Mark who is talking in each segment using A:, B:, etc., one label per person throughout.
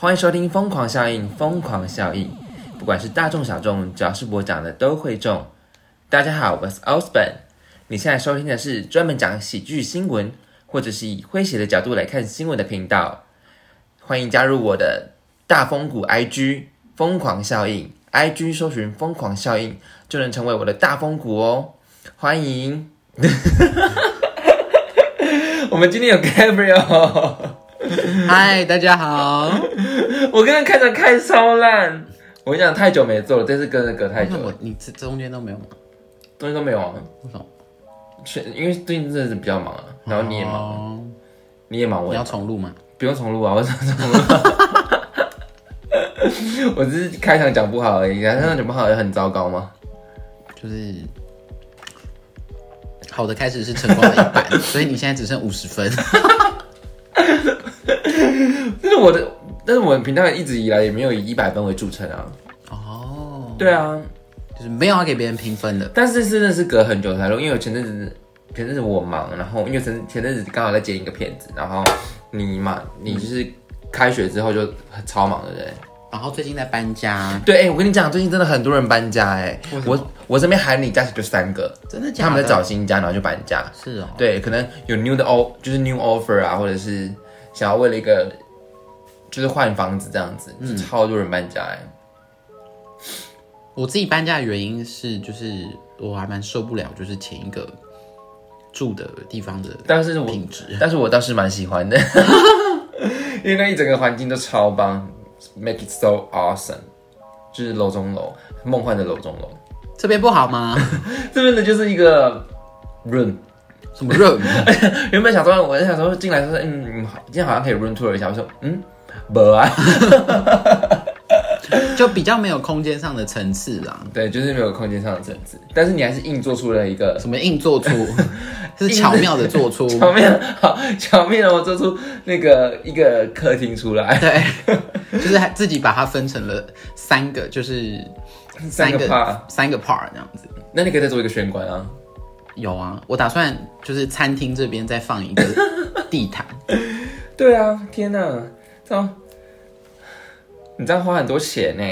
A: 欢迎收听《疯狂效应》，疯狂效应，不管是大众小众，只要是我讲的都会中。大家好，我是 Osborn，你现在收听的是专门讲喜剧新闻，或者是以诙谐的角度来看新闻的频道。欢迎加入我的大风谷 IG 疯狂效应，IG 搜寻疯狂效应就能成为我的大风谷哦，欢迎。 我们今天有 Gabriel。
B: 嗨，大家好。
A: 我刚刚看着开超烂，我跟你讲，太久没做了，这次跟着隔太久
B: 那我
A: 了，
B: 你这中间都没有吗？
A: 东西都没有啊。
B: 为什么？
A: 确，因为最近真的是比较忙啊，然后你也忙，
B: 哦
A: 你也忙，我
B: 你
A: 也
B: 要
A: 忙
B: 重录吗？
A: 不用重录啊，我 想重录。我只是开场讲不好而已，开场讲不好也很糟糕吗？
B: 就是好的开始是成功的一 半，所以你现在只剩五十分。
A: 但是我的，但是我的频道一直以来也没有以一百分为著称啊。
B: 哦，
A: 对啊，
B: 就是没有要给别人评分的。
A: 但是真的是隔很久才录，因为我前阵子前阵子我忙，然后因为前前阵子刚好在接一个片子，然后你嘛，你就是开学之后就超忙的人。
B: 然后最近在搬家，
A: 对，哎、我跟你讲，最近真的很多人搬家、哎
B: 为，什么
A: 我我身边喊你家就三个，
B: 真的假的？
A: 他们在找新家，然后就搬家。
B: 是哦，
A: 对，可能有 new 的 o 就是 new offer 啊，或者是想要为了一个就是换房子这样子，就超多人搬家、哎。
B: 我自己搬家的原因是，就是我还蛮受不了，就是前一个住的地方的
A: 但是我
B: 品质。
A: 但是我倒是蛮喜欢的， 因为那一整个环境都超棒，make it so awesome，就是楼中楼，梦幻的楼中楼，
B: 这边不好吗？
A: 这边的就是一个 room。
B: 什么热？
A: 原本想说，我想说进来说，嗯，今天好像可以 room tour 一下，我说，嗯，不啊，
B: 就比较没有空间上的层次啦。
A: 对，就是没有空间上的争执，但是你还是硬做出了一个
B: 什么硬做 出，是巧妙的做出。
A: 巧面，好巧面哦，做出那个一个客厅出来，
B: 对，就是还自己把它分成了三个，就是
A: 三个 part，
B: 三个 part 这样子。
A: 那你可以再做一个玄关啊，
B: 有啊，我打算就是餐厅这边再放一 个地毯，
A: 对啊，天哪，这样你这样花很多钱呢，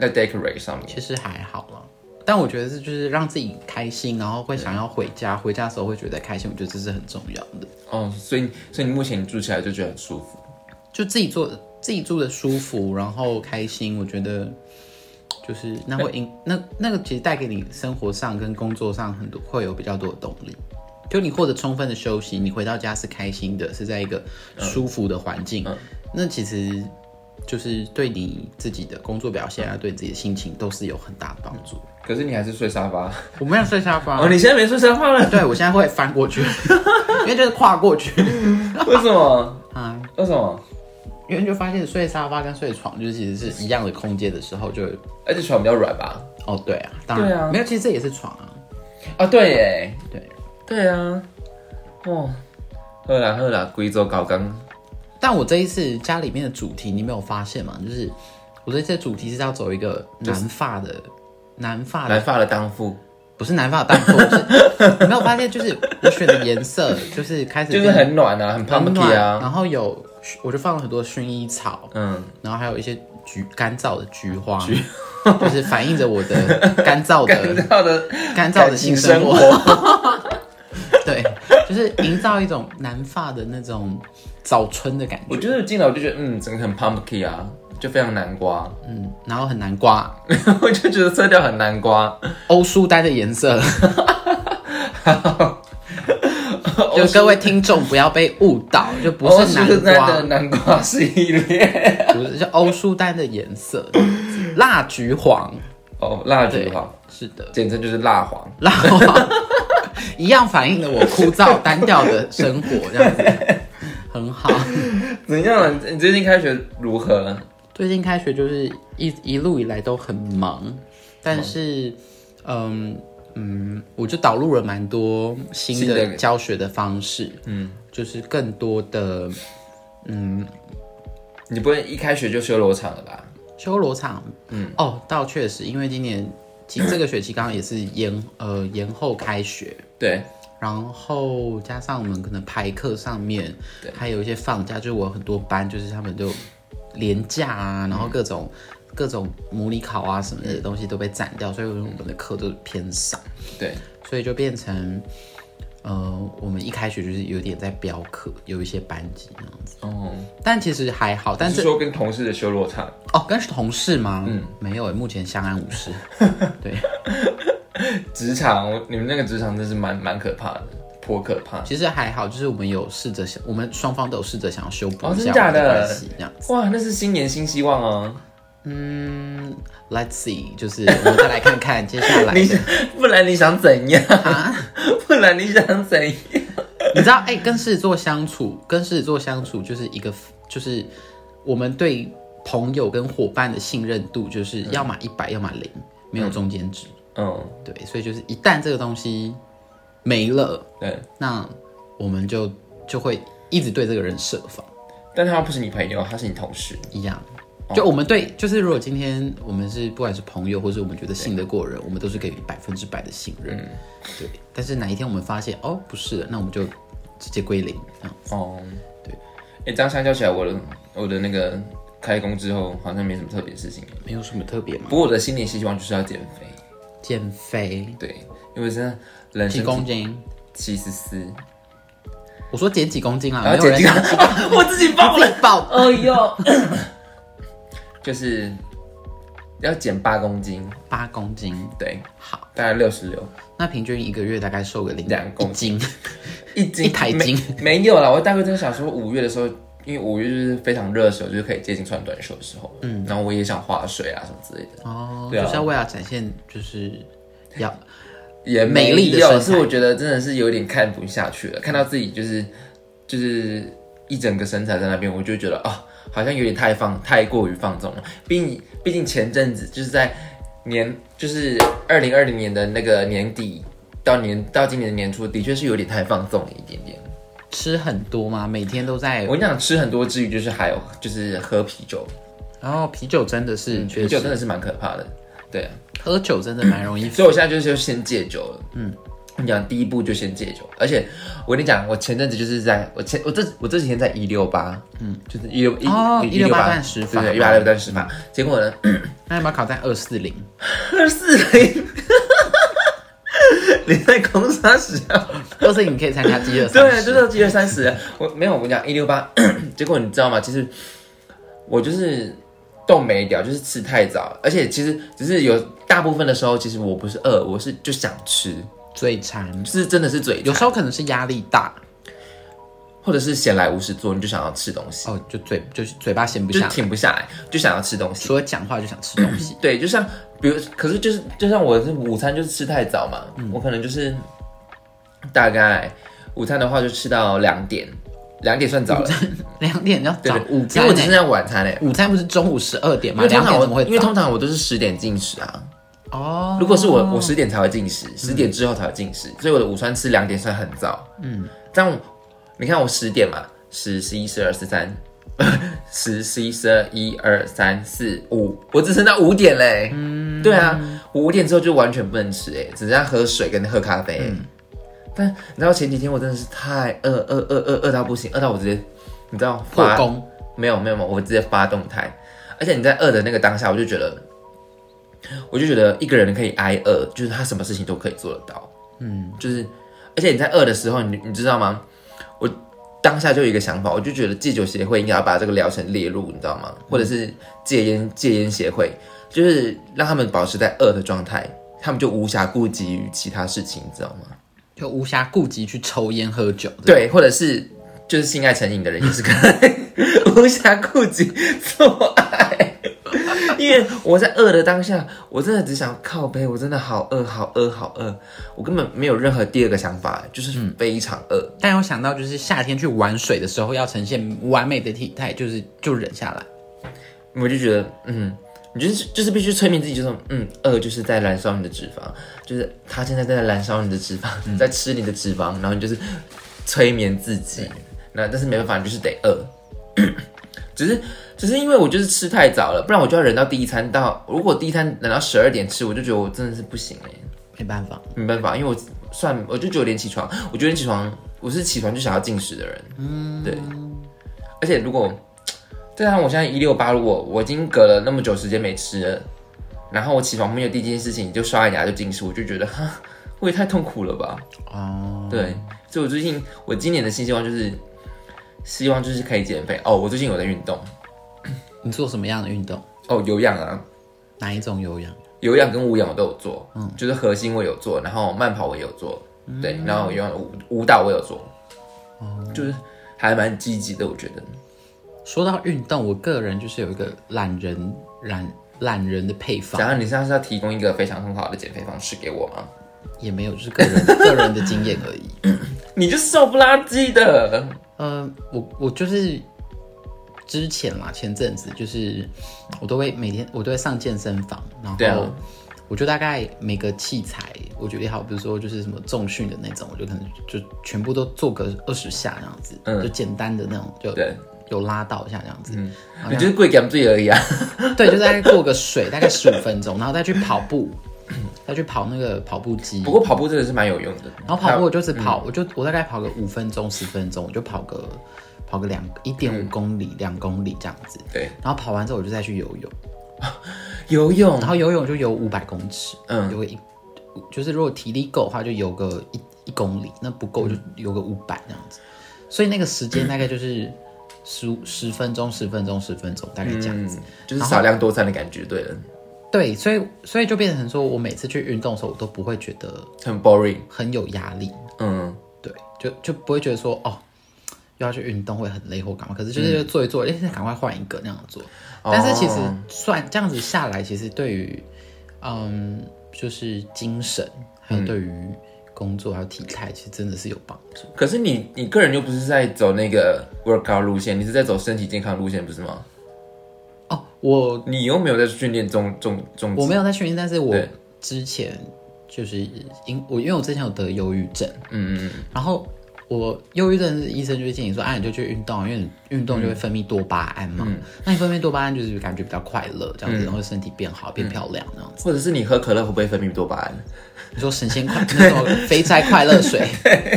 A: 在 decorate 上面。
B: 其实还好啦。但我觉得是就是让自己开心，然后会想要回家，回家的时候会觉得开心，我觉得这是很重要的。
A: 哦，所以所以你目前住起来就觉得很舒服。
B: 就自己做自己住的舒服，然后开心，我觉得就是那会因那那个其实带给你生活上跟工作上很多会有比较多的动力。就你获得充分的休息，你回到家是开心的，是在一个舒服的环境，
A: 嗯
B: 那其实就是对你自己的工作表现啊，对自己的心情都是有很大的帮助。
A: 可是你还是睡沙发
B: 我没有睡沙 发，
A: 哦，你现在没睡沙 发了？
B: 对我现在会翻过去， 因为就是跨过去
A: 为什么？
B: 啊，
A: 为什么？
B: 因为就发现睡沙发跟睡床就是其实是一样的空间的时候，就
A: 而且床比较软吧？
B: 哦，对啊，当然
A: 对啊
B: 没有，其实这也是床啊。
A: 啊，对耶，
B: 对
A: 对啊，哦，喝啦喝啦，贵州高刚
B: 但我这一次家里面的主题，你没有发现吗？就是我这一次的主题是要走一个南发的，南发
A: 来
B: 的
A: 发了当副，
B: 不是南发的单 口，是你没有发现？就是我选的颜色，就是开始
A: 就是
B: 变
A: 很暖啊，很 pumpy
B: 暖
A: 啊，
B: 然后有我就放了很多薰衣草，
A: 嗯，
B: 然后还有一些菊干燥的菊花， 就是反映着我的干 燥
A: 感
B: 的
A: 到的
B: 干燥
A: 嗯感
B: 的
A: 情
B: 性
A: 生
B: 生活。
A: 活，
B: 对，就是营造一种南发的那种早春的感
A: 我
B: 觉，
A: 觉得进来我就觉得，嗯，整个很 pumpy 啊，就非常南瓜，
B: 嗯，然后很南瓜，
A: 我就觉得色调很南瓜，
B: 欧舒丹的颜 色。就各位听众不要被误 导，就不是
A: 欧舒
B: 南
A: 丹的
B: 瓜，
A: 南瓜系列。
B: 不是是欧舒丹的颜色，蜡橘黄，
A: 哦，蜡
B: 对
A: 菊黄，，
B: 是的，
A: 简称就是蜡黄。
B: 蜡 黄，一样反映了我枯燥单调的生活，这样子很好。
A: 怎样啊？你最近开学如何？
B: 最近开学就是一一路以来都很忙，但是，嗯嗯，我就导入了蛮多新
A: 新
B: 的
A: 的
B: 教学的方式，嗯，就是更多的
A: 你不会一开学就修罗场了吧？
B: 修罗场，嗯，哦，倒确实，因为今年其实这个学期刚刚也是延呃延后开学，
A: 对，
B: 然后加上我们可能排课上面还有一些放假，就是我有很多班就是他们就廉价啊，然后各种、各种模拟考啊什么的东西都被占掉，所以我们的课都偏少，
A: 对，
B: 所以就变成，呃，我们一开学就是有点在标课，有一些班级那样子，
A: 哦，
B: 但其实还好，但
A: 但
B: 是
A: 是说跟同事的修罗场，
B: 哦，跟同事吗？嗯，没有诶，目前相安无事。对，
A: 职场，你们那个职场真是蛮蛮可怕的，颇可怕。
B: 其实还好，就是我们有试着想，我们双方都有试着想要修补
A: 哦
B: 一
A: 真的假
B: 下我们的
A: 的
B: 关系，这样。
A: 哇，那是新年新希望哦！
B: 嗯，Let's see，就是我们再来看看接下来的。
A: 你 不然你想怎样？
B: 啊
A: 不然你想怎样？
B: 你知道，哎、跟狮子座相处，跟狮子座相处就是一个，就是我们对朋友跟伙伴的信任度，就是要么一百，要么零，没有中间值。
A: 嗯，
B: 对，所以就是一旦这个东西没了，
A: 对，
B: 那我们就就会一直对这个人设防。
A: 但他不是你朋友，他是你同事。
B: 一样。就我们对，就是如果今天我们是不管是朋友，或是我们觉得信得过人，我们都是给予百分之百的信任。对，但是哪一天我们发现哦不是了，那我们就直接归零。这样
A: 哦，对，哎、这样相较起来，我的我的那个开工之后好像没什么特别事情。
B: 没有什么特别嘛
A: 不。过我的新年新希望就是要减肥，
B: 减肥
A: 对，因为真的人
B: 几
A: 生
B: 公斤？
A: 七十四，
B: 我说减几公斤啦，
A: 然
B: 啊没
A: 后
B: 有
A: 减
B: 人
A: 几公
B: 想
A: 我自己爆
B: 自己报。
A: 哎呦， 就是要减八公斤，
B: 八公斤，
A: 对，
B: 好，
A: 大概六十六
B: 那平均一个月大概瘦个零
A: 两公
B: 一斤，
A: 一斤
B: 一台斤
A: 没没有啦，我大概在想说五月的时候，因为五月就是非常热的时候，就是可以接近穿短袖的时候，嗯，然后我也想划水啊什么之类的，
B: 哦，
A: 对啊
B: 就是要为了展现就是要
A: 也没
B: 美丽的
A: 有
B: 身材嗯
A: 所以我觉得真的是有点看不下去了，看到自己就是就是一整个身材在那边，我就觉得啊、好像有点太放太过于放纵了。毕竟毕竟前阵子就是在年就是二零二零年的那个年底到年到今年的年初，的确是有点太放纵了一点点。
B: 吃很多嘛，每天都在
A: 我，跟你讲，吃很多之余，就是还有就是喝啤酒，
B: 然后嗯啤酒真的是
A: 啤
B: 确
A: 酒
B: 实
A: 真的是蛮可怕的。对啊，
B: 喝酒真的蛮容易
A: 所以我现在就是先戒酒了。嗯，你讲第一步就先戒酒，而且我跟你讲，我前阵子就是在我前我这我这几天在一六八，嗯，就是一六一
B: 哦168断食
A: 十
B: 法
A: 对，一八六断食法。结果呢，
B: 那有没有考在二四零？
A: 二四零，你在空杀时啊？
B: 二四零可以参加饥饿三
A: 对，
B: 十。
A: 就到七月三十，我没有，我跟你讲一六八， 结果你知道吗？其实我就是动没了，就是吃太早，而且其实只是有大部分的时候，其实我不是饿，我是就想吃，
B: 嘴馋，
A: 就是真的是嘴馋，
B: 有时候可能是压力大
A: 或者是闲来无事做，你就想要吃东西，
B: 哦，就嘴就是嘴巴闲不
A: 就是
B: 下，
A: 停不下来，就想要吃东西。
B: 除了讲话就想吃东西。
A: 对，就像比如，可是就是就像我是午餐就是吃太早嘛，
B: 嗯
A: 我可能就是大概午餐的话就吃到两点，两点算早了，
B: 两点要
A: 对
B: 早午
A: 其
B: 餐
A: 实
B: 欸，
A: 我只剩下晚餐嘞、
B: 午餐不是中午十二点
A: 因
B: 吗？
A: 为通
B: 两
A: 常
B: 点怎么
A: 我
B: 会
A: 因为
B: 早？
A: 通常我都是十点进食啊，
B: 哦，
A: 如果是我我十点才会进食，十点之后才会进食，所以我的午餐吃两点算很早。嗯，这样你看我十点嘛，十、十一、十二、十三， 十、十一、十二、一二三四五，我只剩下五点嘞。嗯，对啊，我五点之后就完全不能吃哎、只剩下喝水跟喝咖啡、但你知道前几天我真的是太饿饿饿饿饿到不行，饿到我直接你知道
B: 破
A: 发
B: 功，
A: 没有没有没有，我直接发动态。而且你在饿的那个当下，我就觉得，我就觉得一个人可以挨饿，就是他什么事情都可以做得到。嗯，就是，而且你在饿的时候，你你知道吗？我当下就有一个想法，我就觉得戒酒协会应该要把这个疗程列入，你知道吗？或者是戒烟戒烟协会，就是让他们保持在饿的状态，他们就无暇顾及于其他事情，你知道吗？
B: 就无暇顾及去抽烟喝酒。
A: 对，或者是就是性爱成瘾的人也是可以 无暇顾及做爱，因为我在饿的当下，我真的只想靠背，我真的好饿，好饿，好饿，我根本没有任何第二个想法，就是非常饿。
B: 但有想到就是夏天去玩水的时候要呈现完美的体态，就是就忍下来。
A: 我就觉得，嗯，你就是就是必须催眠自己，就说，嗯，饿就是在燃烧你的脂肪，就是他现在在燃烧你的脂肪，在吃你的脂肪，然后你就是催眠自己，那但是没办法，你就是得饿。 只是只是因为我就是吃太早了，不然我就要忍到第一餐到，如果第一餐忍到十二点吃，我就觉得我真的是不行哎、
B: 没办法，
A: 没办法，因为我算我就九点起床，我九点起床，我是起床就想要进食的人，嗯，对。而且如果对啊，我现在一六八，如果我已经隔了那么久时间没吃了，然后我起床没有第一件事情就刷牙就进食，我就觉得哈，我也太痛苦了吧。
B: 哦，
A: 对，所以我最近我今年的新希望就是希望就是可以减肥哦。我最近有在运动
B: 你做什么样的运动？
A: 哦，有氧啊，
B: 哪一种有氧？
A: 有氧跟无氧我都有做，嗯，就是核心我有做，然后慢跑我也有做，
B: 嗯
A: 对，然后有氧舞舞蹈我有做，哦，就是还蛮积极的，我觉得。
B: 说到运动，我个人就是有一个懒人懒懒人的配方，
A: 然后你现在是要提供一个非常很好的减肥方式给我吗？
B: 也没有，就是个人个人的经验而已。
A: 你就瘦不拉几的，
B: 呃，我我就是之前啦，前阵子就是我都会每天我都会上健身房，
A: 对
B: 然
A: 啊
B: 后我就大概每个器材，我觉得好，比如说就是什么重训的那种，我就可能就全部都做个二十下这样子，就简单的那种就
A: 嗯对嗯
B: 有拉到一下这样子，
A: 你就是跪给自己而已啊。
B: 对，就大概过个水，大概十五分钟，然后再去跑步，再去跑那个跑步机
A: 不。过跑步真的是蛮有用的，
B: 然后跑步我就是跑，我就我大概跑个五分钟十分钟，我就跑个跑个两一点五公里两公里这样子。
A: 对
B: 然后跑完之后我就再去游泳，
A: 游泳
B: 然后游泳就游五百公尺，
A: 嗯
B: 嗯，游个一，就是如果体力够的话就游个一一公里，那不够就游个五百这样子。所以那个时间大概就是十五十分钟十分钟十分钟大概这样子。
A: 嗯就是少量多餐的感觉，对了，
B: 对，所以所以就变成说我每次去运动的时候，我都不会觉得
A: 很 boring，
B: 很有压力，
A: 嗯，
B: 对，就就不会觉得说哦又要去运动会很累或干嘛，可是就是做一做，哎、赶快换一个那样做。但是其实
A: 哦
B: 算这样子下来，其实对于嗯就是精神，还有对于工作还有体态，其实真的是有帮助。
A: 可是你你个人又不是在走那个 workout 路线，你是在走身体健康路线，不是吗？
B: 哦，我
A: 你又没有在训练重重重，
B: 我没有在训练，但是我
A: 对
B: 之前就是因我因为我之前有得忧郁症。
A: 嗯嗯嗯，
B: 然后我忧郁症的医生就会建议说，啊，你就去运动，因为你运动
A: 嗯
B: 就会分泌多巴胺嘛。那你分泌多巴胺就是感觉比较快乐，这样
A: 嗯
B: 子，然后身体变好、变漂亮那样子。
A: 或者是你喝可乐会不会分泌多巴胺？
B: 你说神仙快 那种肥宅快 乐水，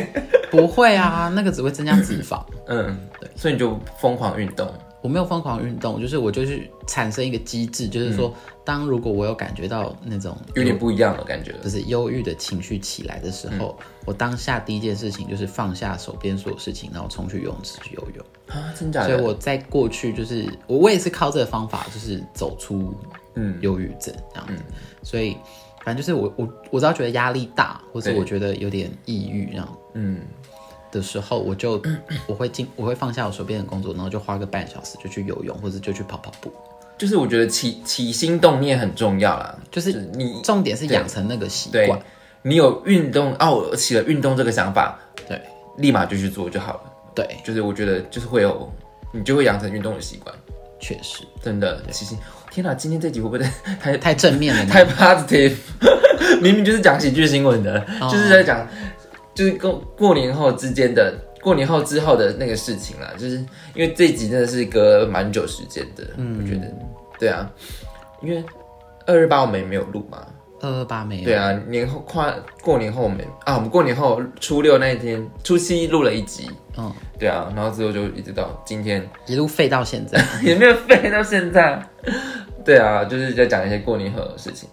B: 不会啊，那个只会增加脂肪。
A: 嗯，对，所以你就疯狂运动，
B: 我没有疯狂运动，就是我就是产生一个机制，就是说，
A: 嗯
B: 当如果我有感觉到那种
A: 有点不一样了，感觉
B: 就是忧郁的情绪起来的时候，
A: 嗯
B: 我当下第一件事情就是放下手边所有事情，然后冲去游泳池去游泳。
A: 啊，真假
B: 所以
A: 的？
B: 我在过去就是我我也是靠这个方法，就是走出
A: 嗯
B: 忧郁症这样子。所以反正就是我我我只要觉得压力大，或是
A: 对
B: 我觉得有点抑郁这样
A: 嗯，
B: 的时候，我就我会进我会放下我手边的工作，然后就花个半小时就去游泳，或者就去跑跑步。
A: 就是我觉得起起心动念很重要啦，
B: 就是
A: 你
B: 重点是养成那个习
A: 嗯对
B: 惯。
A: 你有运动哦，我起了运动这个想法，
B: 对
A: 立马就去做就好了。
B: 对，
A: 就是我觉得就是会有，你就会养成运动的习惯，
B: 确实
A: 真的。其实天哪，今天这集会不会太
B: 太正面了呢。
A: 太 positive？明明就是讲喜剧新闻的，
B: 哦
A: 就是在讲就是过过年后之间的。过年后之后的那个事情啦，就是因为这一集真的是隔蛮久时间的，我觉得，对啊，因为二日八我们也没有录嘛，
B: 二二八没有。
A: 对啊，年后跨过年后我们啊，我们过年后初六那一天，初七录了一集，
B: 嗯，
A: 对啊，然后之后就一直到今天，
B: 一路废到 现在。
A: 也没有废到现在。对啊，就是在讲一些过年后的事情。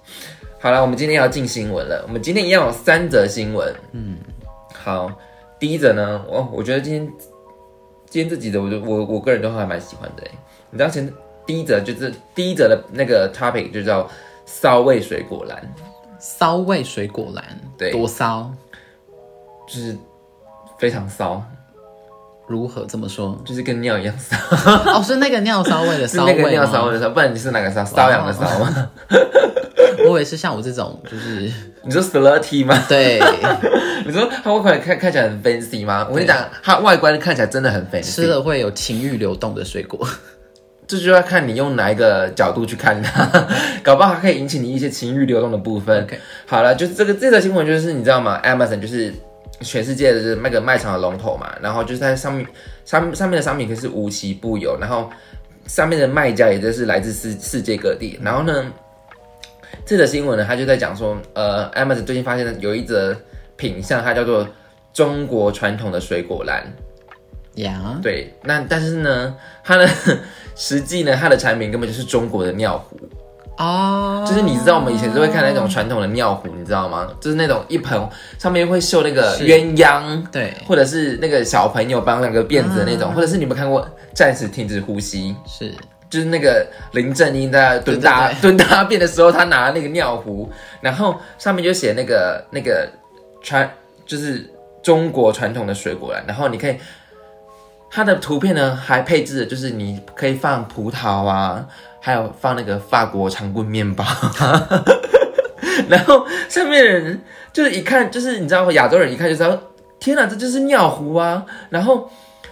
A: 好了，我们今天要进新闻了。我们今天一样有三则新闻。嗯，好，第一则呢，我我觉得今天今天这几则，我就我我个人都还蛮喜欢的欸。你知道前第一则就是第一则的那个 topic 就叫骚味水果篮，
B: 骚味水果篮，
A: 对
B: 多骚？
A: 就是非常骚，
B: 如何这么说？
A: 就是跟尿一样骚，
B: 哦，是那个尿 骚味的
A: 是
B: 骚味
A: 那
B: 吗？
A: 个尿骚味的骚，不然你是哪个 骚？瘙痒的骚吗？
B: 我以为是像我这种，就是
A: 你说 slutty 吗？
B: 对，
A: 你说它外观看看起来很 fancy 吗？我跟你讲，它外观看起来真的很 fancy，
B: 吃了会有情欲流动的水果。
A: 这就要看你用哪一个角度去看它，搞不好它可以引起你一些情欲流动的部分。
B: OK
A: 好了，就是这个这则新闻就是你知道吗？Amazon 就是全世界的那个卖场的龙头嘛，然后就是在上面商上面的商品可是无奇不有，然后上面的卖家也就是来自世世界各地，然后呢。这则新闻呢，它就在讲说，呃，Amazon 最近发现了有一则品相，它叫做中国传统的水果篮，
B: 呀，
A: 对，那但是呢，它的 实际呢，它的产品根本就是中国的尿壶，
B: 哦，
A: 就是你知道我们以前是会看那种传统的尿壶，你知道吗？就是那种一盆上面会绣那个
B: 是
A: 鸳鸯，
B: 对，啊
A: 或者是那个小朋友绑两个辫子的那种，或者是你有没有看过《暂时停止呼吸
B: 是》？
A: 就是那个林正英在蹲大
B: 对对
A: 蹲大便的时候，他拿那个尿壶，然后上面就写那个那个传就是中国传统的水果篮，然后你可以。它的图片呢，还配置的就是你可以放葡萄啊，还有放那个法国长棍面包，然后上面的人就是一看，就是你知道亚洲人一看就知道，天哪，这就是尿壶啊！然后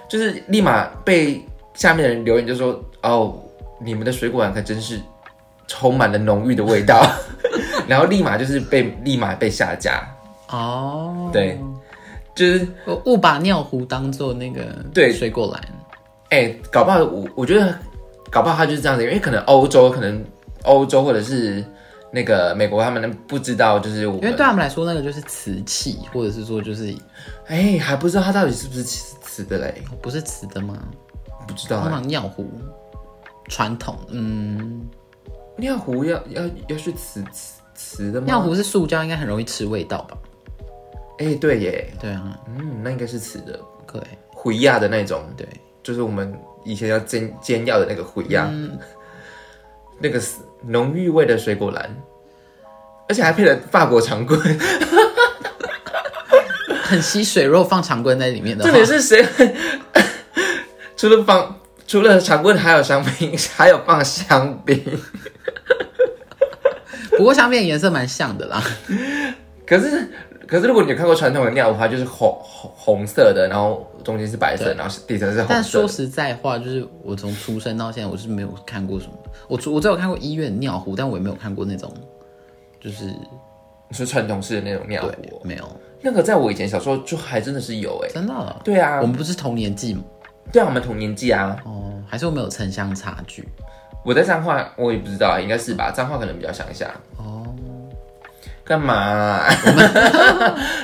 A: 就是立马被下面的人留言就说，哦，你们的水果碗可真是充满了浓郁的味道， 然后立马就是被立马被下架，
B: 哦，
A: 对，就是
B: 我误把尿壶当做那个
A: 对
B: 水果篮，
A: 哎、搞不好我我觉得，搞不好他就是这样子，因为可能欧洲，可能欧洲或者是那个美国，他们不知道，就是我
B: 因为
A: 们
B: 对啊他们来说那个就是瓷器，或者是说就是
A: 哎、还不知道他到底是不是吃吃的嘞，
B: 不是瓷的吗？
A: 不知道、
B: 通
A: 啊。
B: 常尿壶传统，嗯，
A: 尿壶要要要去吃吃吃的吗？
B: 尿，壶是塑胶，应该很容易吃味道吧？
A: 哎、对耶，
B: 对啊，
A: 嗯，那应该是吃的，
B: 对
A: 回亚的那种，
B: 对，
A: 就是我们以前要煎煎药的那个回亚，
B: 嗯
A: 那个是浓郁味的水果篮，而且还配了法国长棍。
B: 很吸水。如果放长棍在里面的
A: 重
B: 话，
A: 点是谁？ 除了放除了长棍，还有香槟， 还有放香槟。
B: 不过相片颜色蛮像的 啦。
A: 可是可是，如果你有看过传统的尿壶，它就是红红红色的，然后中间是白色，然后是底层是红
B: 但
A: 色
B: 说
A: 的。
B: 实在话，就是我从出生到现在，我是没有看过什么。我除我只有看过医院尿壶，但我也没有看过那种，就是
A: 你说传统式的那种尿
B: 对
A: 壶，，
B: 没有
A: 那个在我以前小时候就还真的是有哎、
B: 真的啊。
A: 对啊
B: 我，们不是同年纪吗？
A: 对啊，我们同年纪啊。
B: 哦，还是我们有城乡差距？
A: 我在彰化，我也不知道，应该是吧。彰化可能比较乡下。
B: 哦，
A: 干嘛 啊、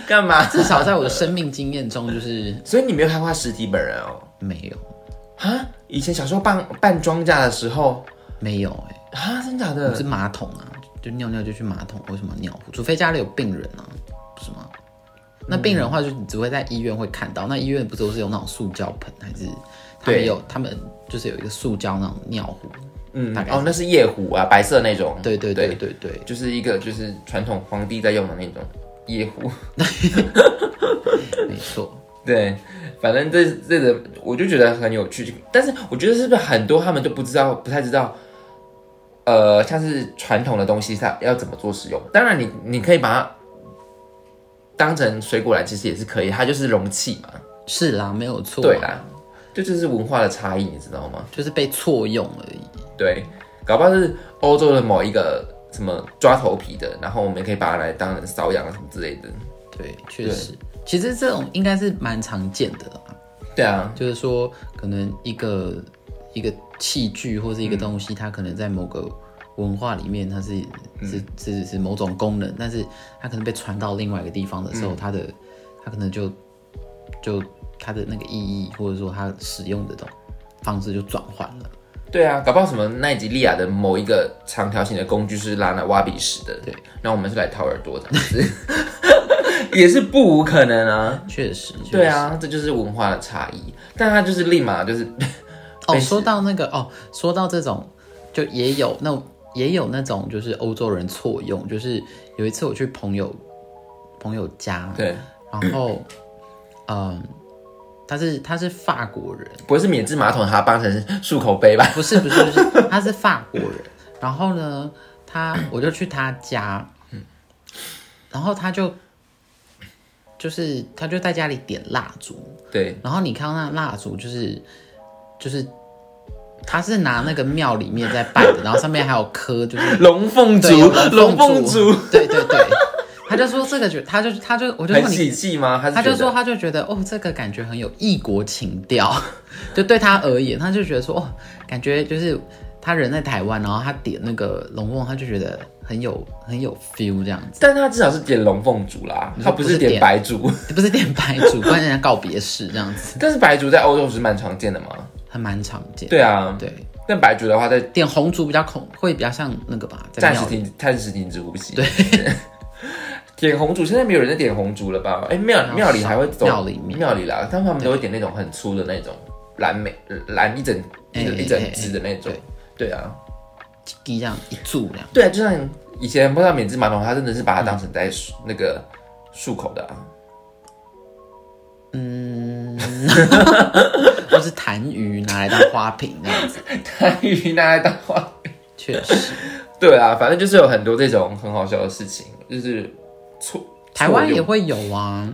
A: 干嘛？
B: 至少在我的生命经验中，就是
A: 所以你没有看过他实体本人哦？
B: 没有，
A: 啊，以前小时候办办庄稼的时候，
B: 没有哎、
A: 啊，真假
B: 我是
A: 的？
B: 马桶啊，就尿尿就去马桶，为什么要尿壶？除非家里有病人啊，不是吗？那病人的话，就你只会在医院会看到。那医院不是都是有那种塑胶盆，还是他们
A: 对
B: 有他们就是有一个塑胶那种尿壶？
A: 嗯，
B: 大概
A: 哦，那是夜壶啊，白色那种。
B: 对对对对对，
A: 就是一个就是传统皇帝在用的那种夜壶。
B: 没错。
A: 对，反正这这个我就觉得很有趣，但是我觉得是不是很多他们都不知道，不太知道，呃，像是传统的东西它要怎么做使用。当然你，你可以把它当成水果篮，其实也是可以，它就是容器嘛。
B: 是啦，没有错、啊
A: 对啦，，这就是文化的差异，你知道吗？
B: 就是被错用而已。
A: 对，搞不好是欧洲的某一个什么抓头皮的，然后我们也可以把它来当成瘙痒什么之类的。
B: 对，确实，其实这种应该是蛮常见的啦。
A: 对啊，
B: 就是说，可能一个一个器具或是一个东西，它可能在某个文化里面，它是是是是某种功能，但是它可能被传到另外一个地方的时候，它的它可能就就它的那个意义，或者说它使用的东方式就转换了。
A: 对啊，搞不好什么奈及利亚的某一个长条形的工具是拉那挖鼻石的，
B: 对，
A: 然后我们是来掏耳 朵的，是也是不无可能啊。
B: 确实，确实
A: 对。啊，这就是文化的差异，但它就是立马就是
B: 哦，
A: 被使，
B: 说到那个哦，说到这种，就也有那种也有那种就是欧洲人错用，就是有一次我去朋友朋友家
A: 对，
B: 然 后，嗯，他是他是法国人，
A: 不会是免治马桶它当成漱口杯吧？
B: 不是不是不是，他是法国 人。然后呢，他我就去他家，
A: 嗯
B: 然后他就就是他就在家里点蜡烛，
A: 对，
B: 然后你看到那蜡烛就是就是。他是拿那个庙里面在拜的，然后上面还有刻，就是
A: 龙凤
B: 对
A: 竹，龙
B: 龙
A: 凤竹，，
B: 对对对，他就说这个觉，他就他就我就
A: 很
B: 说你
A: 喜气吗？还是
B: 他就
A: 觉得
B: 说，他就觉得哦，这个感觉很有异国情调， 就对他而言，他就觉得说哦，感觉就是他人在台湾，然后他点那个龙凤，他就觉得很有很有 feel 这样子，
A: 但他至少是点龙凤竹啦，
B: 你
A: 他
B: 说
A: 不
B: 不
A: 是
B: 是
A: 点
B: 点
A: 白竹。
B: 不是点白烛，不然人家告别式这样子，
A: 但是白竹在欧洲是蛮常见的嘛。
B: 还蛮常见。
A: 对啊，
B: 对
A: 但白竹的话，在
B: 点红烛比较恐，会比较像那个吧，在
A: 暂时
B: 庙里。
A: 停，暂时停止呼吸。对， 点红烛现在没有人在点红烛了吧？哎，庙
B: 比较
A: 庙里还会
B: 少
A: 走
B: 庙里面
A: 庙里啦，但他们都会点那种很粗的那种蓝莓呃蓝一整
B: 哎
A: 一整
B: 哎
A: 一整支的那种
B: 哎哎。
A: 对啊，
B: 一这样一柱这样，
A: 对啊，就像以前不知道免治马桶，他真的是把它当成在漱那个漱口的啊。
B: 或是痰盂拿来当花瓶这样子，
A: 痰盂拿来当花。
B: 啊确实，
A: 对啊，反正就是有很多这种很好笑的事情，就是错
B: 台湾也
A: 错用
B: 会有啊。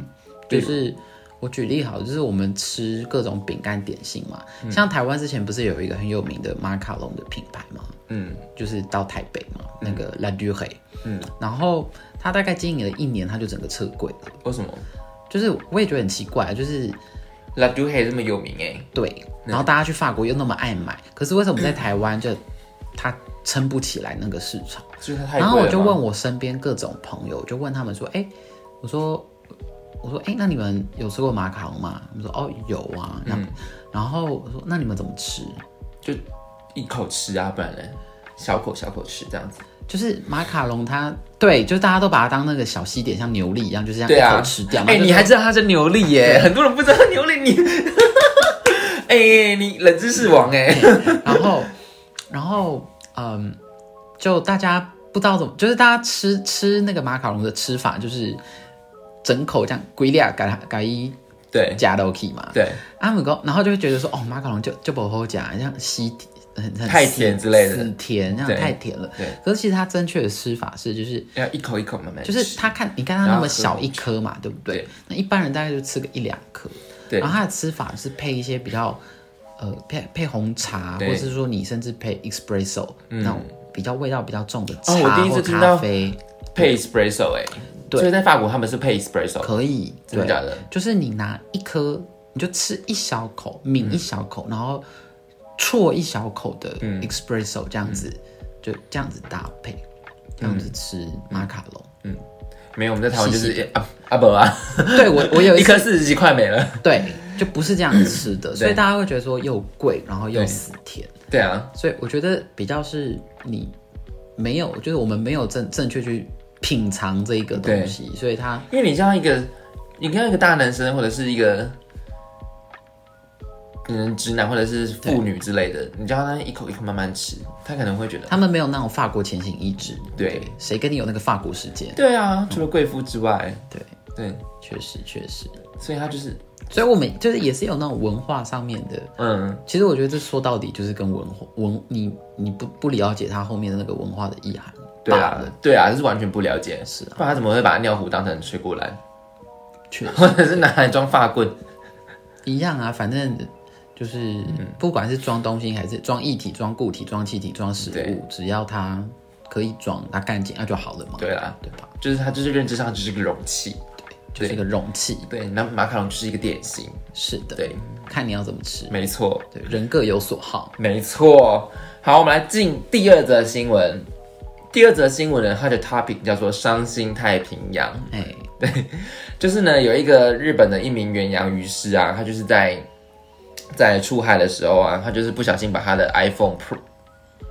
A: 对
B: 就是我举例好了，就是我们吃各种饼干点心嘛，
A: 嗯
B: 像台湾之前不是有一个很有名的马卡龙的品牌吗？
A: 嗯
B: 就是到台北嘛，那个 La d u r e
A: 嗯，
B: 然后他大概经营了一年，他就整个撤柜了。
A: 为什么
B: 就是我也觉得很奇怪，啊就是
A: 拉杜黑这么有名哎、
B: 对，然后大家去法国又那么爱买，可是为什 么在台湾就他撑不起来那个市场？
A: 就是他太贵
B: 然后我
A: 了
B: 就
A: 吗
B: 问我身边各种朋友，我就问他们说，哎、我说，我说，哎、那你们有吃过马卡龙吗？他们说，哦，有啊。那、
A: 嗯
B: 然后我说，那你们怎么吃？
A: 就一口吃啊，不然呢，小口小口吃这样子。
B: 就是马卡龙它，对，就是大家都把它当那个小西点，像牛粒一样，就是这
A: 对
B: 样一
A: 啊，
B: 口吃掉。
A: 哎、
B: 然后就
A: 你还知道它是牛粒耶？很多人不知道牛粒， 你，哎、你冷知识王哎、
B: 然后，然后，嗯，就大家不知道怎么，就是大家吃吃那个马卡龙的吃法，就是整口这样龟裂改改一
A: 对
B: 加都可以嘛。
A: 对，
B: 阿姆哥，然后就会觉得说，哦，马卡龙就就不好夹，像西很很
A: 太甜之类的
B: 死甜，这样
A: 对
B: 太甜了。
A: 对
B: 可是其实它正确的吃法是，就是
A: 要一口一口慢慢
B: 就
A: 吃，
B: 是它看你看它
A: 然
B: 那
A: 后
B: 么
A: 喝
B: 小
A: 红
B: 一颗嘛，对不对？
A: 对
B: 那一般人大概就吃个一两颗。
A: 对
B: 然后它的吃法是配一些比较，呃，配配红茶，
A: 对嗯
B: 或是说你甚至配 espresso、那种比较味道比较重的
A: 哦我
B: 茶
A: 第一次
B: 或
A: 听到
B: 咖啡，
A: 配 espresso 哎、
B: 对
A: 所以在法国他们是配 espresso，
B: 可以。
A: 真的
B: 对，
A: 假的？
B: 就是你拿一颗，你就吃一小口，抿
A: 嗯
B: 一小口，然后啜一小口的
A: 嗯
B: espresso，这样子、就这样子搭配，这样子吃
A: 嗯
B: 马卡龙。
A: 没有，我们在台湾就
B: 细
A: 是阿阿伯啊，
B: 对我，我有
A: 一
B: 一
A: 颗四十几块没了。
B: 对，就不是这样吃的，所以大家会觉得说又贵，然后又死甜，
A: 嗯对啊，
B: 所以我觉得比较是你没有，就是我们没有正正确去品尝这一个东西，所以它
A: 因为你像一个，你看一个大男生或者是一个，可能直男或者是妇女之类的，你叫他一口一口慢慢吃，他可能会觉得，
B: 他们没有那种法国前行意志，
A: 对，
B: 谁跟你有那个法国时间？
A: 对啊，除了贵妇之外，
B: 嗯对，
A: 对，
B: 确实确实，
A: 所以他就是，
B: 所以我们就是也是有那种文化上面的。
A: 嗯，
B: 其实我觉得这说到底就是跟文化文你你不不了解它后面的那个文化的意涵，
A: 对
B: 罢
A: 啊
B: 了，，
A: 对啊，就是完全不了解，
B: 是啊，
A: 不然他怎么会把尿壶当成水果篮，
B: 确实。
A: 或者是拿来装发棍？
B: 一样啊，反正就是不管是装东西还是装液体、装固体、装气体、装食
A: 对
B: 物，只要它可以装，它干净，那就好了嘛。
A: 对啦
B: 对吧？
A: 就是他就是认知上就是个容器，
B: 就是一个容器，
A: 对，那马卡龙就是一个点心，
B: 是的。
A: 对，
B: 看你要怎么吃。
A: 没错，
B: 对，人各有所好。
A: 没错。好，我们来进第二则新闻。第二则新闻呢，它的 topic 叫做“伤心太平洋
B: 哎，”，
A: 就是呢有一个日本的一名远洋渔师啊，他就是在在出海的时候啊，他就是不小心把他的 iPhone Pro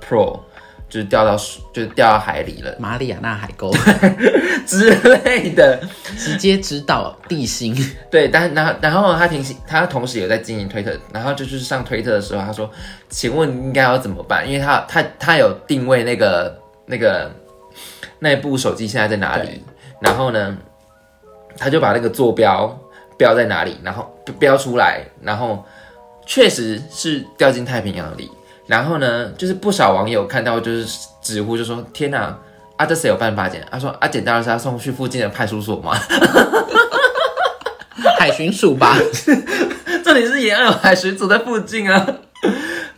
A: Pro 就是掉到水，就是掉到海里了
B: 马里亚纳海沟
A: 之类的。
B: 直接指导地心，
A: 对，但然后然后他平时他同时有在经营推特，然后就是上推特的时候，他说：“请问应该要怎么办？”因为他他他有定位那个那个那部手机现在在哪里，然后呢，他就把那个坐标标在哪里，然后标出来，然后确实是掉进太平洋里。然后呢，就是不少网友看到就是直呼就说：“天哪！”啊，这谁有办法捡？他说：“啊，捡到的是要送去附近的派出所吗？”
B: 海巡署吧？
A: 重点是沿岸有海巡署在附近啊。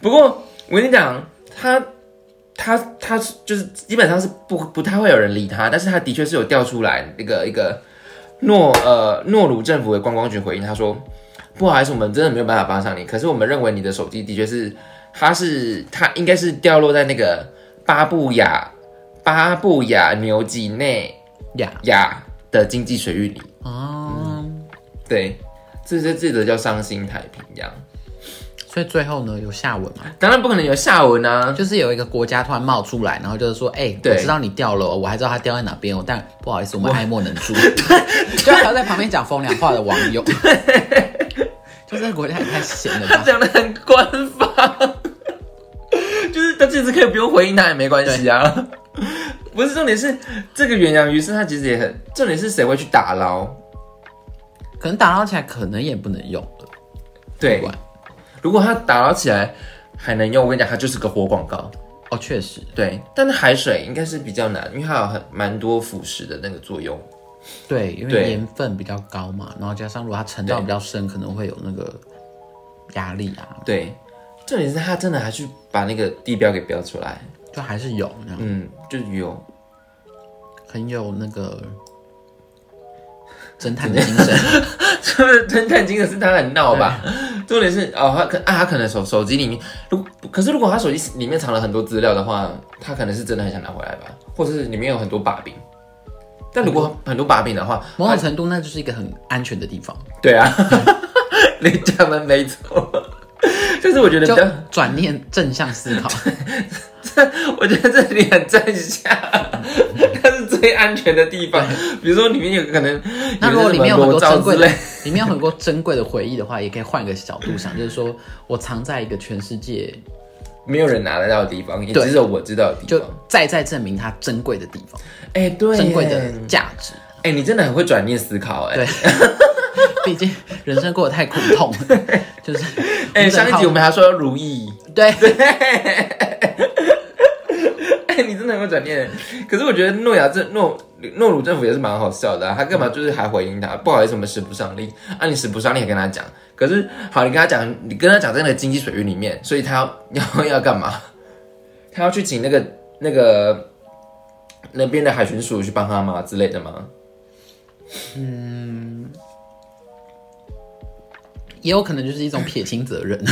A: 不过我跟你讲，他他他是就是基本上是不不太会有人理他，但是他的确是有调出来那个一个诺呃诺鲁政府的观光局回应，他说不好意思，我们真的没有办法帮上你，可是我们认为你的手机的确是它是它应该是掉落在那个巴布亚巴布亚纽几内
B: 呀，
A: 亚的经济水域里。
B: 哦，
A: 对，这些记者叫伤心太平洋。
B: 所以最后呢，有下文嘛？
A: 当然不可能有下文啊。
B: 就是有一个国家突然冒出来，然后就是说，哎、我
A: 对
B: 知道你掉了哦，我还知道它掉在哪边哦，但不好意思，我们爱莫能助。 就还要在旁边讲风凉话的网友， 就这个国家也太闲了
A: 他
B: 吧？
A: 讲的很官方， 就是他这次可以不用回应他也没关系啊。不是重点是这个远洋鱼是他其实也很，重点是谁会去打捞？
B: 可能打捞起来可能也不能用了，
A: 对
B: 不管，
A: 如果他打捞起来还能用，我跟你讲，它就是个活广告。
B: 哦，确实，
A: 对，但是海水应该是比较难，因为它有很蛮多腐蚀的那个作用。
B: 对，因为
A: 对
B: 盐分比较高嘛，然后加上如果它沉到比较深，可能会有那个压力啊，
A: 对，重点是他真的还去把那个地标给标出来。
B: 就还是有那样，
A: 嗯，就是有
B: 很有那个侦探的精 神，
A: 就是侦探金的是他很闹吧？重点是哦，他可啊，他可能手手机里面，如可是如果他手机里面藏了很多资料的话，他可能是真的很想拿回来吧，或者是里面有很多把柄。但如果很多把柄的话，
B: 某种程度那就是一个很安全的地方，
A: 对啊， 你讲的没错。就是我觉得比
B: 就
A: 较，
B: 转念正向思 考，
A: 我觉得这里很正向，它是最安全的地方。比如说里面有可能，
B: 那如果里面有很多
A: 有
B: 珍
A: 什么
B: 贵
A: 裸照之
B: 的
A: 类，
B: 里面有很多珍贵的回忆的话，也可以换个角度想，就是说我藏在一个全世界
A: 没有人拿得到的地方，也
B: 对
A: 只有我知道的地
B: 就
A: 方。
B: 再再证明它珍贵的地方，
A: 哎、对，
B: 珍贵的价 值。
A: 哎、你真的很会转念思考哎、
B: 对毕竟人生过得太苦痛了，就是
A: 哎、
B: 们
A: 上一
B: 很
A: 集我
B: 好
A: 们还说如意，
B: 对
A: 哎、你真的很会转念。可是我觉得诺亚政诺诺鲁政府也是蛮好笑的、啊，他干嘛就是还回应他，不好意思，我们使不上力啊，你使不上力还跟他讲。可是好，你跟他讲，你跟他讲在那个经济水域里面，所以他要要要干嘛？他要去请那个那个那边的海巡署去帮他吗之类的吗？
B: 也有可能就是一种撇清责任。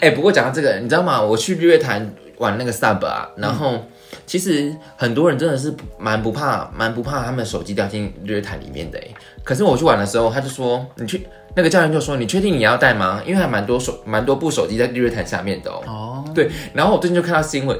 A: 哎、不过讲到这个，你知道吗？我去日月潭玩那个 sub 啊，然后、其实很多人真的是蛮不怕，蛮不怕他们手机掉进日月潭里面的、欸。可是我去玩的时候，他就说你去。那个教练就说：“你确定你要带吗？因为还蛮多手蛮多部手机在日月潭下面的哦。
B: 哦，
A: 对，然后我最近就看到新闻，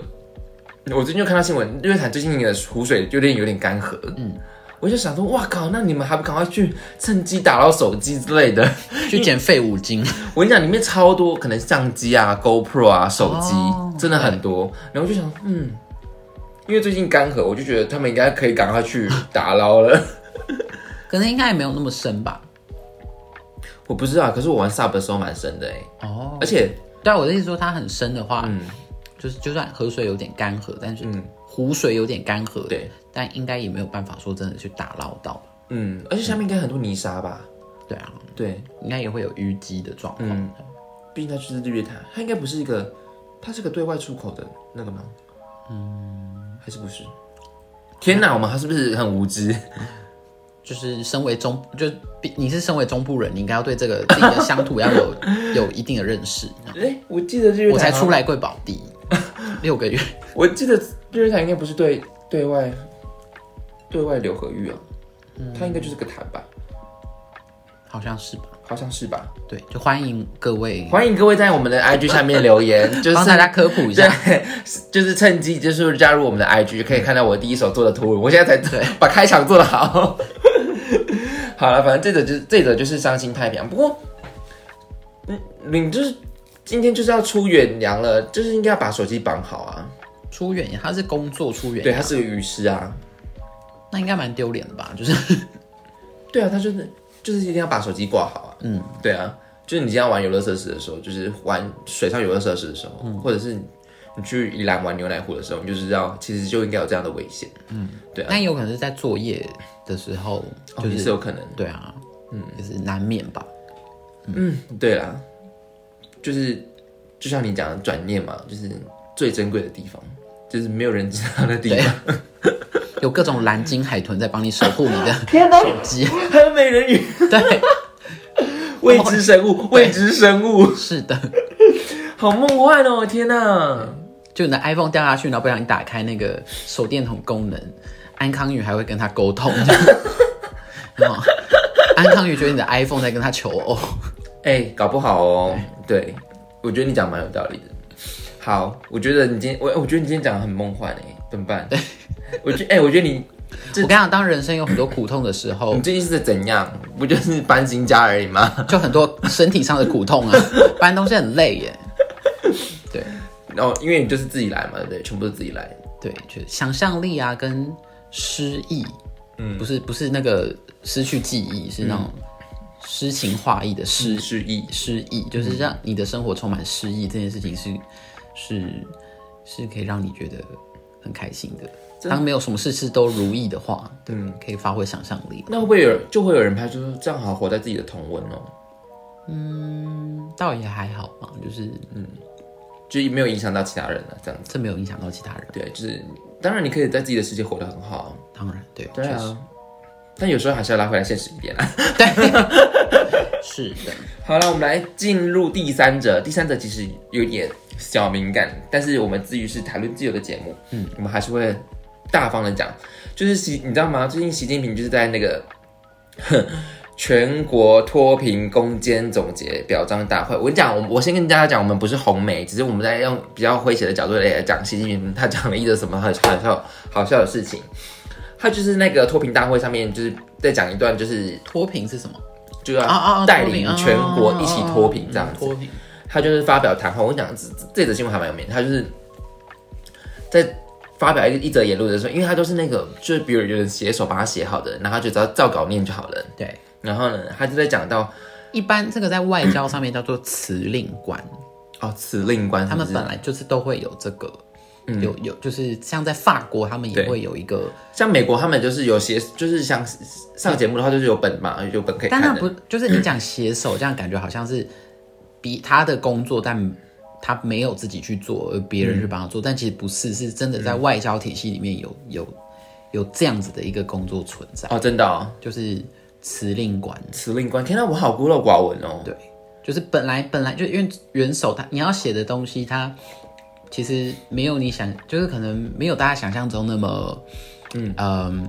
A: 我最近就看到新闻，日月潭最近的湖水有点有点干涸。嗯，我就想说，哇靠，那你们还不赶快去趁机打捞手机之类的？
B: 去捡废五金，
A: 我跟你讲，里面超多可能相机啊、GoPro 啊、手机、
B: 哦
A: 真的很多。然后我就想，嗯，因为最近干涸，我就觉得他们应该可以赶快去打捞了。
B: 可能应该也没有那么深吧。
A: 我不知道，可是我玩 Sub 的时候蛮深的哎、欸，
B: 哦，
A: 而且
B: 对啊，我的意思说它很深的话，
A: 嗯
B: 就是就算河水有点干涸，但是湖水有点干涸，
A: 对，
B: 但应该也没有办法说真的去打捞到。
A: 嗯，而且下面应该很多泥沙吧？
B: 对啊，
A: 对，
B: 应该也会有淤积的状况。
A: 嗯毕竟它就是日月潭，它应该不是一个，它是个对外出口的那个吗？嗯，还是不是？天哪，我们还是不是很无知？
B: 就是身为中，就是比你是身为中部人，你应该要对这个自己的乡土要 有有一定的认识。
A: 哎、我记得日月潭
B: 我才出
A: 来，
B: 来贵宝地
A: 哦
B: 六个月，
A: 我记得日月潭应该不是对对外对外流河域啊，它应该就是个潭吧，
B: 好像是吧？
A: 好像是吧？
B: 对，就欢迎各位
A: 欢迎各位在我们的 IG 下面留言， 就是
B: 帮大家科普一下。
A: 对， 就是趁机就是加入我们的 IG，就可以看到我第一手做的图文。我现在才 把开场做得好。 好了，反正这则就是这则就是伤心太平洋。不过，嗯，你就是今天就是要出远洋了，就是应该要把手机绑好啊。
B: 出远洋，他是工作出远
A: 对，
B: 洋，
A: 他是个鱼师啊。
B: 那应该蛮丢脸的吧？就是
A: 对啊，他就是就是一定要把手机挂好啊。嗯，对啊，就是你今天玩游乐设施的时候，就是玩水上游乐设施的时候，或者是你去宜兰玩牛奶湖的时候，你就知道其实就应该有这样的危险。对啊
B: 那也有可能是在作业的时候，
A: 哦
B: 就
A: 也
B: 是、
A: 是有可能。
B: 对啊，嗯，就是难免吧。
A: 嗯，对啦，就是就像你讲的转念嘛，就是最珍贵的地方，就是没有人知道的地 方。
B: 有各种蓝鲸海豚在帮你守护你 的
A: 天哪，
B: 手机，
A: 还有美人鱼，
B: 对，
A: 未知生 物，未知生物，
B: 是的。
A: 好梦幻哦！天哪，
B: 就你的 iPhone 掉下去，然后不小心打开那个手电筒功能，安康宇还会跟他 沟通，这样然后安康宇觉得你的 iPhone 在跟他求偶，
A: 哎、搞不好哦。对，我觉得你讲蛮有道理的。好，我觉得你今天我我觉得你今天讲的很梦幻哎、怎么办？我觉哎、我觉得你
B: 我跟你讲，当人生有很多苦痛的时候
A: 你，最近是怎样？不就是搬新家而已吗？
B: 就很多身体上的苦痛啊， 搬东西很累耶。对
A: 然后因为你就是自己来嘛，对不对，全部都自己来。
B: 对，就是想象力啊，跟诗意，嗯，不是不是那个失去记忆，是那种
A: 嗯
B: 诗情画意的诗
A: 失忆，
B: 诗意，
A: 嗯
B: 就是让你的生活充满诗意，这件事情是是是可以让你觉得很开心的。当没有什么事事都如意的话，对，可以发挥想象力。
A: 嗯那会不会有人就会有人拍出说这样好活在自己的同温哦，
B: 倒也还好吧，就是
A: 就是没有影响到其他人啊了、这样子。
B: 这没有影响到其他人。
A: 对，就是当然你可以在自己的世界活得很好，
B: 当然，对，
A: 对
B: 确实
A: 啊，但有时候还是要拉回来现实一点啊。
B: 是的。
A: 好了，我们来进入第三者。第三者其实有点小敏感，但是我们至于是谈论自由的节目，嗯，我们还是会大方的讲。就是习，你知道吗？最近习近平就是在那个哼全国脱贫攻坚总结表彰大会。我跟你讲，我我先跟大家讲，我们不是红媒，只是我们在用比较诙谐的角度来讲习近平他讲了一个什么很很好好笑的事情。他就是那个脱贫大会上面，就是在讲一段，就是
B: 脱贫是什么？
A: 就
B: 啊啊
A: 要
B: 啊
A: 带
B: 脱贫
A: 领
B: 啊
A: 全国一起脱贫这样
B: 嗯
A: 子。
B: 脱贫，
A: 他就是发表谈话。我跟你讲，这这则新闻还蛮有名的，他就是在发表一一则言论的时候，因为他都是那个就是比如有人写手把他写好的，然后他就只要照稿念就好了。
B: 对，
A: 然后呢，他就在讲到
B: 一般这个在外交上面叫做辞令官，
A: 哦，此令官是
B: 他
A: 不
B: 们
A: 是
B: 本来就是都会有这个，
A: 嗯
B: 有有就是像在法国，他们也
A: 对
B: 会有一个，
A: 像美国他们就是有写，就是像上节目的话就是有本嘛，有本可以
B: 但
A: 看
B: 那
A: 的
B: 不。就是你讲写手这样感觉好像是比他的工作，但他没有自己去做，而别人去帮他
A: 嗯
B: 做，但其实不是，是真的在外交体系里面有有有这样子的一个工作存在，
A: 哦，真的哦，
B: 就是辞令官。
A: 此令官，天哪，我好孤陋寡闻哦。
B: 对，就是本来本来就因为元首他你要写的东西，他其实没有你想，就是可能没有大家想象中那么，嗯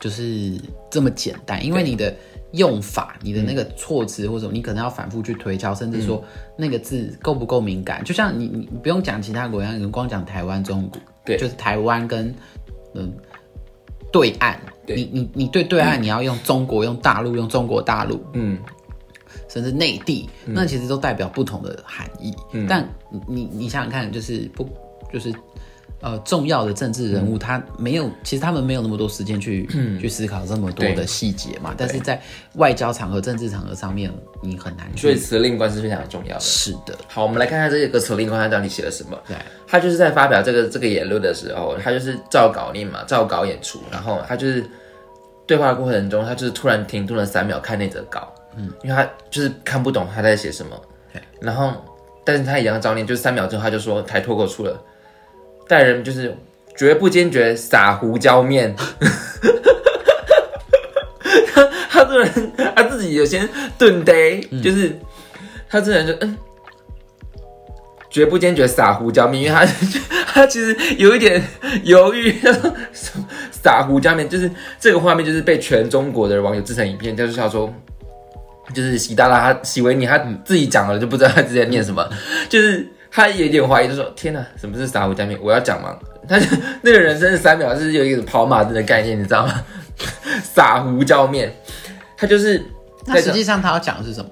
B: 就是这么简单，因为你的用法、你的那个措辞或者你可能要反复去推敲，甚至说
A: 嗯
B: 那个字够不够敏感。就像你你你不用讲其他国家，你光讲台湾、中国，
A: 对
B: 就是台湾跟嗯。对岸，
A: 对
B: 你你你对对岸，你要用中国、用大陆、用中国大陆，
A: 嗯，
B: 甚至内地，那其实都代表不同的含义。
A: 嗯
B: 但你你你想想看，就是不就是呃重要的政治人
A: 嗯
B: 物，他没有，其实他们没有那么多时间去、去思考这么多
A: 对
B: 的细节嘛。但是在外交场合、政治场合上面，你很难
A: 所以
B: 去
A: 此令官是非常重要的。
B: 是的，
A: 好，我们来看看这个词令官他到底写了什么。
B: 对，
A: 他就是在发表这个这个言论的时候，他就是照稿念嘛，照稿演出，然后他就是对话的过程中，他就是突然停顿了三秒看那则稿，嗯，因为他就是看不懂他在写什么，
B: 对，
A: 然后但是他一样照念，就是三秒之后他就说才脱口出了，待人就是绝不坚决撒胡椒面。他他这个人他自己有先顿呆，就是他这个人就嗯，绝不坚决撒胡椒面，因为他他其实有一点犹豫，他说什么撒胡椒面就是这个画面就是被全中国的网友制成影片，就是笑说。就是习大大他习维尼他自己讲了就不知道他自己在念什么， 就是他有点怀疑，就说天哪，什么是撒胡椒面？我要讲吗？他就那个人真的三秒是有一个跑马灯的概念，你知道吗？撒胡椒面，他就是
B: 那
A: 在
B: 实际上他要讲的是什么？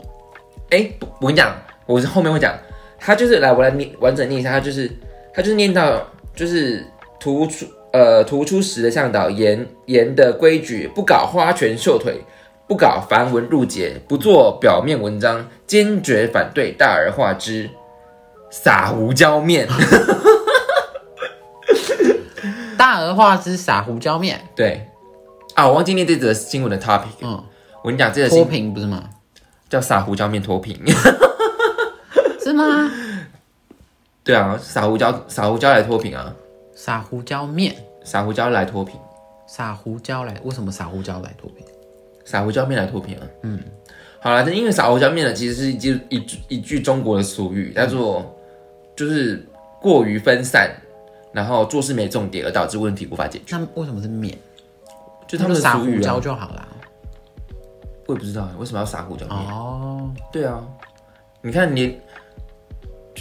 A: 哎、不我跟你讲，我是后面会讲，他就是来，我来念完整念一下，他就是他就是念到就是突出呃突出时的向导严严的规矩，不搞花拳绣腿，不搞繁文缛节，不做表面文章，坚决反对大而化之，撒胡椒面。
B: 大而化之，撒胡椒面。
A: 对啊，我忘记念这则新闻的 topic，
B: 嗯，
A: 我跟你讲，这则
B: 脱
A: 新
B: 贫不是吗？
A: 叫撒胡椒面脱贫。
B: 是吗？
A: 对啊，撒胡椒撒胡椒来脱贫啊，
B: 撒胡椒面，
A: 撒胡椒来脱贫。
B: 撒胡椒来，为什么撒胡椒来脱贫？
A: 撒胡椒面来脱贫啊。嗯，好了，因为撒胡椒面呢，其实是一句一句一句中国的俗语，叫
B: 嗯
A: 做就是过于分散，然后做事没重点而导致问题无法解决，
B: 那为什么是面？
A: 就他们
B: 那
A: 的
B: 撒
A: 俗
B: 胡
A: 语
B: 椒
A: 啊。
B: 就好啦。
A: 我也不知道为什么要撒胡椒面。
B: 哦，
A: 对啊，你看你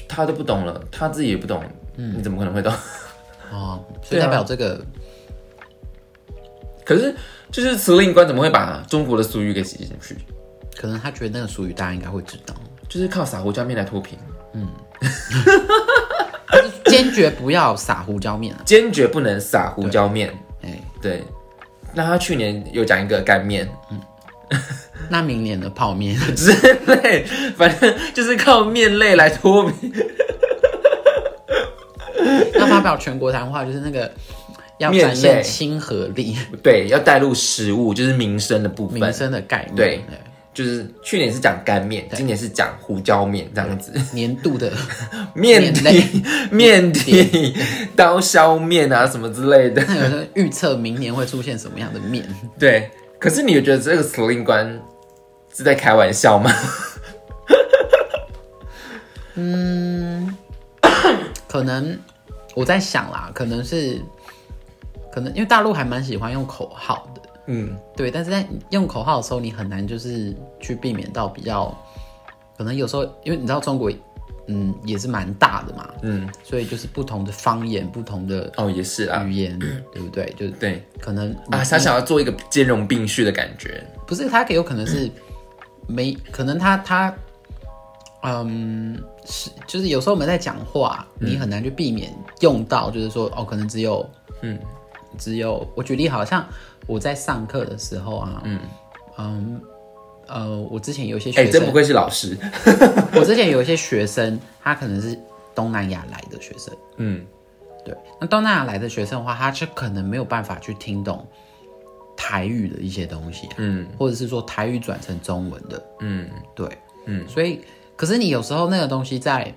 A: 他都不懂了，他自己也不懂，
B: 嗯
A: 你怎么可能会懂？
B: 哦，所
A: 对
B: 以
A: 啊
B: 代表这个
A: 可是就是辞令官怎么会把中国的俗语给写进去？
B: 可能他觉得那个俗语大家应该会知道，
A: 就是靠撒胡椒面来脱贫，
B: 就是坚决不要撒胡椒面啊！
A: 坚决不能撒胡椒面。
B: 哎，
A: 对，那他去年有讲一个干面，
B: 那明年的泡面
A: 之类，反正就是靠面类来脱贫。
B: 要发表全国谈话，就是那个要
A: 面
B: 展现
A: 类
B: 亲和力
A: 对，要带入食物，就是民生的部
B: 民
A: 分。
B: 生的概念，
A: 对就是去年是讲干面，今年是讲胡椒面这样子。
B: 年度的
A: 面
B: 面类。
A: 体、 面体、刀削面啊什么之类的
B: 那有人预测明年会出现什么样的面？
A: 对，可是你有觉得这个司令官是在开玩笑吗？
B: 可能我在想啦，可能是可能因为大陆还蛮喜欢用口号的，
A: 嗯，
B: 对，但是在用口号的时候，你很难就是去避免到比较，可能有时候因为你知道中国，嗯，也是蛮大的嘛，
A: 嗯，
B: 所以就是不同的方言、不同的
A: 哦，也是啊，
B: 语言，对不对？就是
A: 对
B: 可能
A: 啊，他想要做一个兼容并蓄的感觉。
B: 不是他有可能是没，可能他他，嗯，是就是有时候我们在讲话，你很难去避免用到，就是说哦，可能只有
A: 嗯
B: 只有我举例好，像我在上课的时候啊，嗯嗯呃，我之前有一些
A: 哎、
B: 学
A: 真
B: 生，
A: 不愧是老师。
B: 我之前有一些学生，他可能是东南亚来的学生，
A: 嗯，
B: 对，那东南亚来的学生的话，他是可能没有办法去听懂台语的一些东西、啊，
A: 嗯，
B: 或者是说台语转成中文的，
A: 嗯，
B: 对，
A: 嗯，
B: 所以可是你有时候那个东西在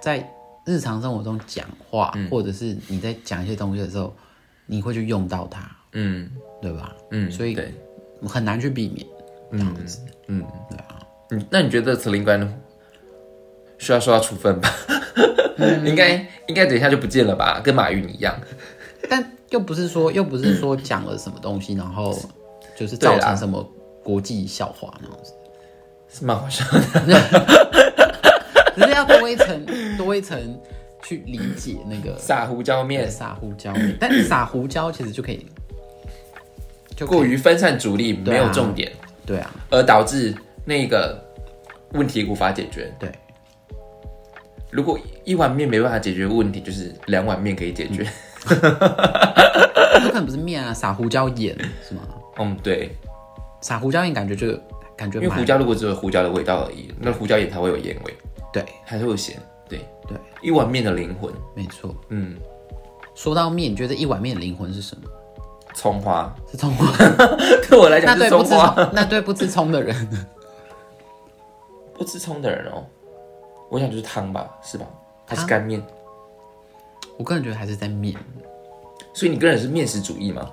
B: 在日常生活中讲话，
A: 嗯
B: 或者是你在讲一些东西的时候，你会去用到它，
A: 嗯
B: 对吧？
A: 嗯，
B: 所以
A: 对，
B: 很难去避免这样子，
A: 嗯，
B: 对啊，
A: 嗯，那你觉得司令官需要受到处分吧？
B: 嗯
A: 应该应该等一下就不见了吧，跟马云一样。
B: 但又不是说又不是说讲了什么东西，然后就是造
A: 对啦
B: 成什么国际笑话那样子。
A: 是蛮好笑，
B: 只是要多一层，多一层去理解那个
A: 撒胡椒面
B: 撒胡椒，但撒胡椒其实就可以，就可以
A: 过于分散主力，
B: 对
A: 没
B: 啊
A: 有重点，
B: 对啊，
A: 而导致那个问题无法解决。
B: 对，
A: 如果一碗面没办法解决问题，就是两碗面可以解决。
B: 有可能不是面啊，撒胡椒盐是吗？
A: 嗯，对，
B: 撒胡椒盐感觉就感觉
A: 因为
B: 蛮
A: 胡椒如果只有胡椒的味道而已，那胡椒也它会有盐味，
B: 对
A: 还是会有咸。对，
B: 对，
A: 一碗面的灵魂，
B: 没错。
A: 嗯，
B: 说到面，你觉得一碗面的灵魂是什么？
A: 葱 花，
B: 是葱 花。
A: 对我来
B: 那
A: 讲
B: 对
A: 是
B: 不
A: 葱
B: 吃
A: 花。
B: 葱， 那对不吃葱的人，
A: 不吃葱的人哦，我想就是汤吧，是吧？还是
B: 汤
A: 干面？
B: 我个人觉得还是在面。
A: 所以你个人是面食主义吗？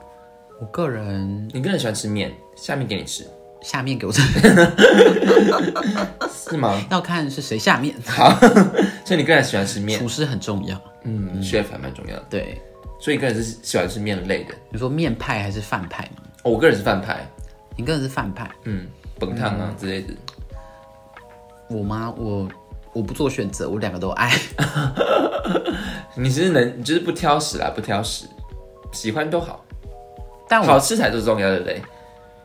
B: 我个人
A: 你个人喜欢吃面，下面给你吃
B: 下面给我哦
A: 是吗？
B: 要看是谁下面，
A: 所以你个人喜欢吃面，
B: 厨师很重要。
A: 嗯，chef 还蛮重要的。
B: 对，
A: 所以你个人是喜欢吃面类的。
B: 你说面派还是饭派嘛？
A: 哦我个人是饭派，
B: 你个人是饭派，
A: 嗯，本汤啊之类的。
B: 我吗？我我不做选择，我两个都爱。
A: 你其实能，你就是不挑食啦，不挑食，喜欢都好，
B: 但我
A: 好吃才是重要的嘞。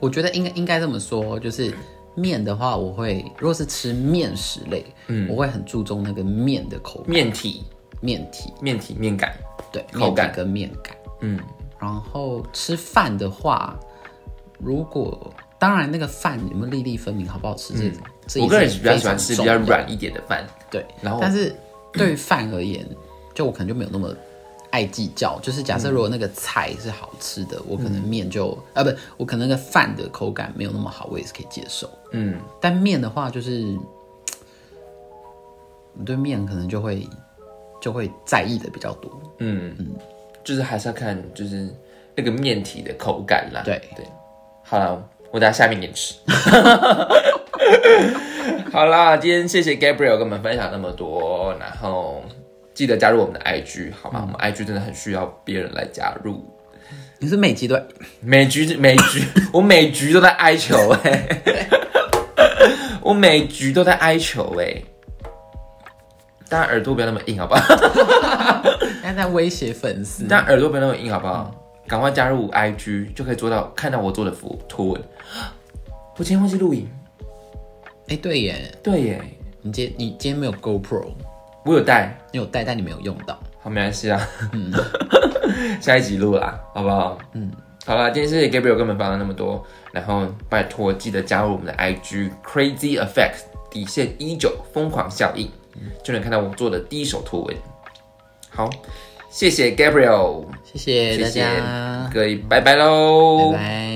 B: 我觉得应该应该这么说，就是面的话，我会如果是吃面食类，
A: 嗯
B: 我会很注重那个面的口
A: 面体、
B: 面体，
A: 面体、面感，
B: 对，
A: 口感
B: 面体跟面感。
A: 嗯，
B: 然后吃饭的话，如果当然那个饭有没有粒粒分明，好不好吃，这这
A: 嗯我
B: 也
A: 个人
B: 是
A: 比较
B: 非
A: 喜欢
B: 常
A: 吃比
B: 重
A: 较
B: 要
A: 软一点的饭。
B: 对，
A: 然后
B: 但是对于饭而言，就我可能就没有那么爱计较。就是假设如果那个菜是好吃的，我可能面就啊
A: 嗯
B: 不，我可能那个饭的口感没有那么好，我也是可以接受。
A: 嗯，
B: 但面的话，就是我对面可能就会就会在意的比较多。
A: 嗯，就是还是要看就是那个面体的口感啦。
B: 对
A: 对，好了，我等下下面给你吃。好啦，今天谢谢 Gabriel 跟我们分享那么多，然后记得加入我们的 IG 好吗？我们 IG 真的很需要别人来加入。
B: 你是每集都
A: 每局每局，我每局都在哀求哎、 我每局都在哀求哎、大家耳朵不要那么硬好不好？
B: 但在威胁粉丝。
A: 大家耳朵不要那么硬好不好？赶快加入 IG 就可以做到看到我做的图图 文。我今天忘记录影，
B: 哎，对耶，
A: 对耶，
B: 你今你今天没有 GoPro，
A: 我有带，
B: 你有带，但你没有用到。
A: 好没关系啊， 下一集录啦，好不好？嗯，好了，今天谢谢 Gabriel 跟我们分享那么多，然后拜托记得加入我们的 IG Crazy Effects 底线一九疯狂效应，就能看到我做的第一手图文。好，谢谢 Gabriel，
B: 谢谢
A: 谢
B: 大
A: 谢
B: 家，
A: 各位，拜拜喽，
B: 拜拜。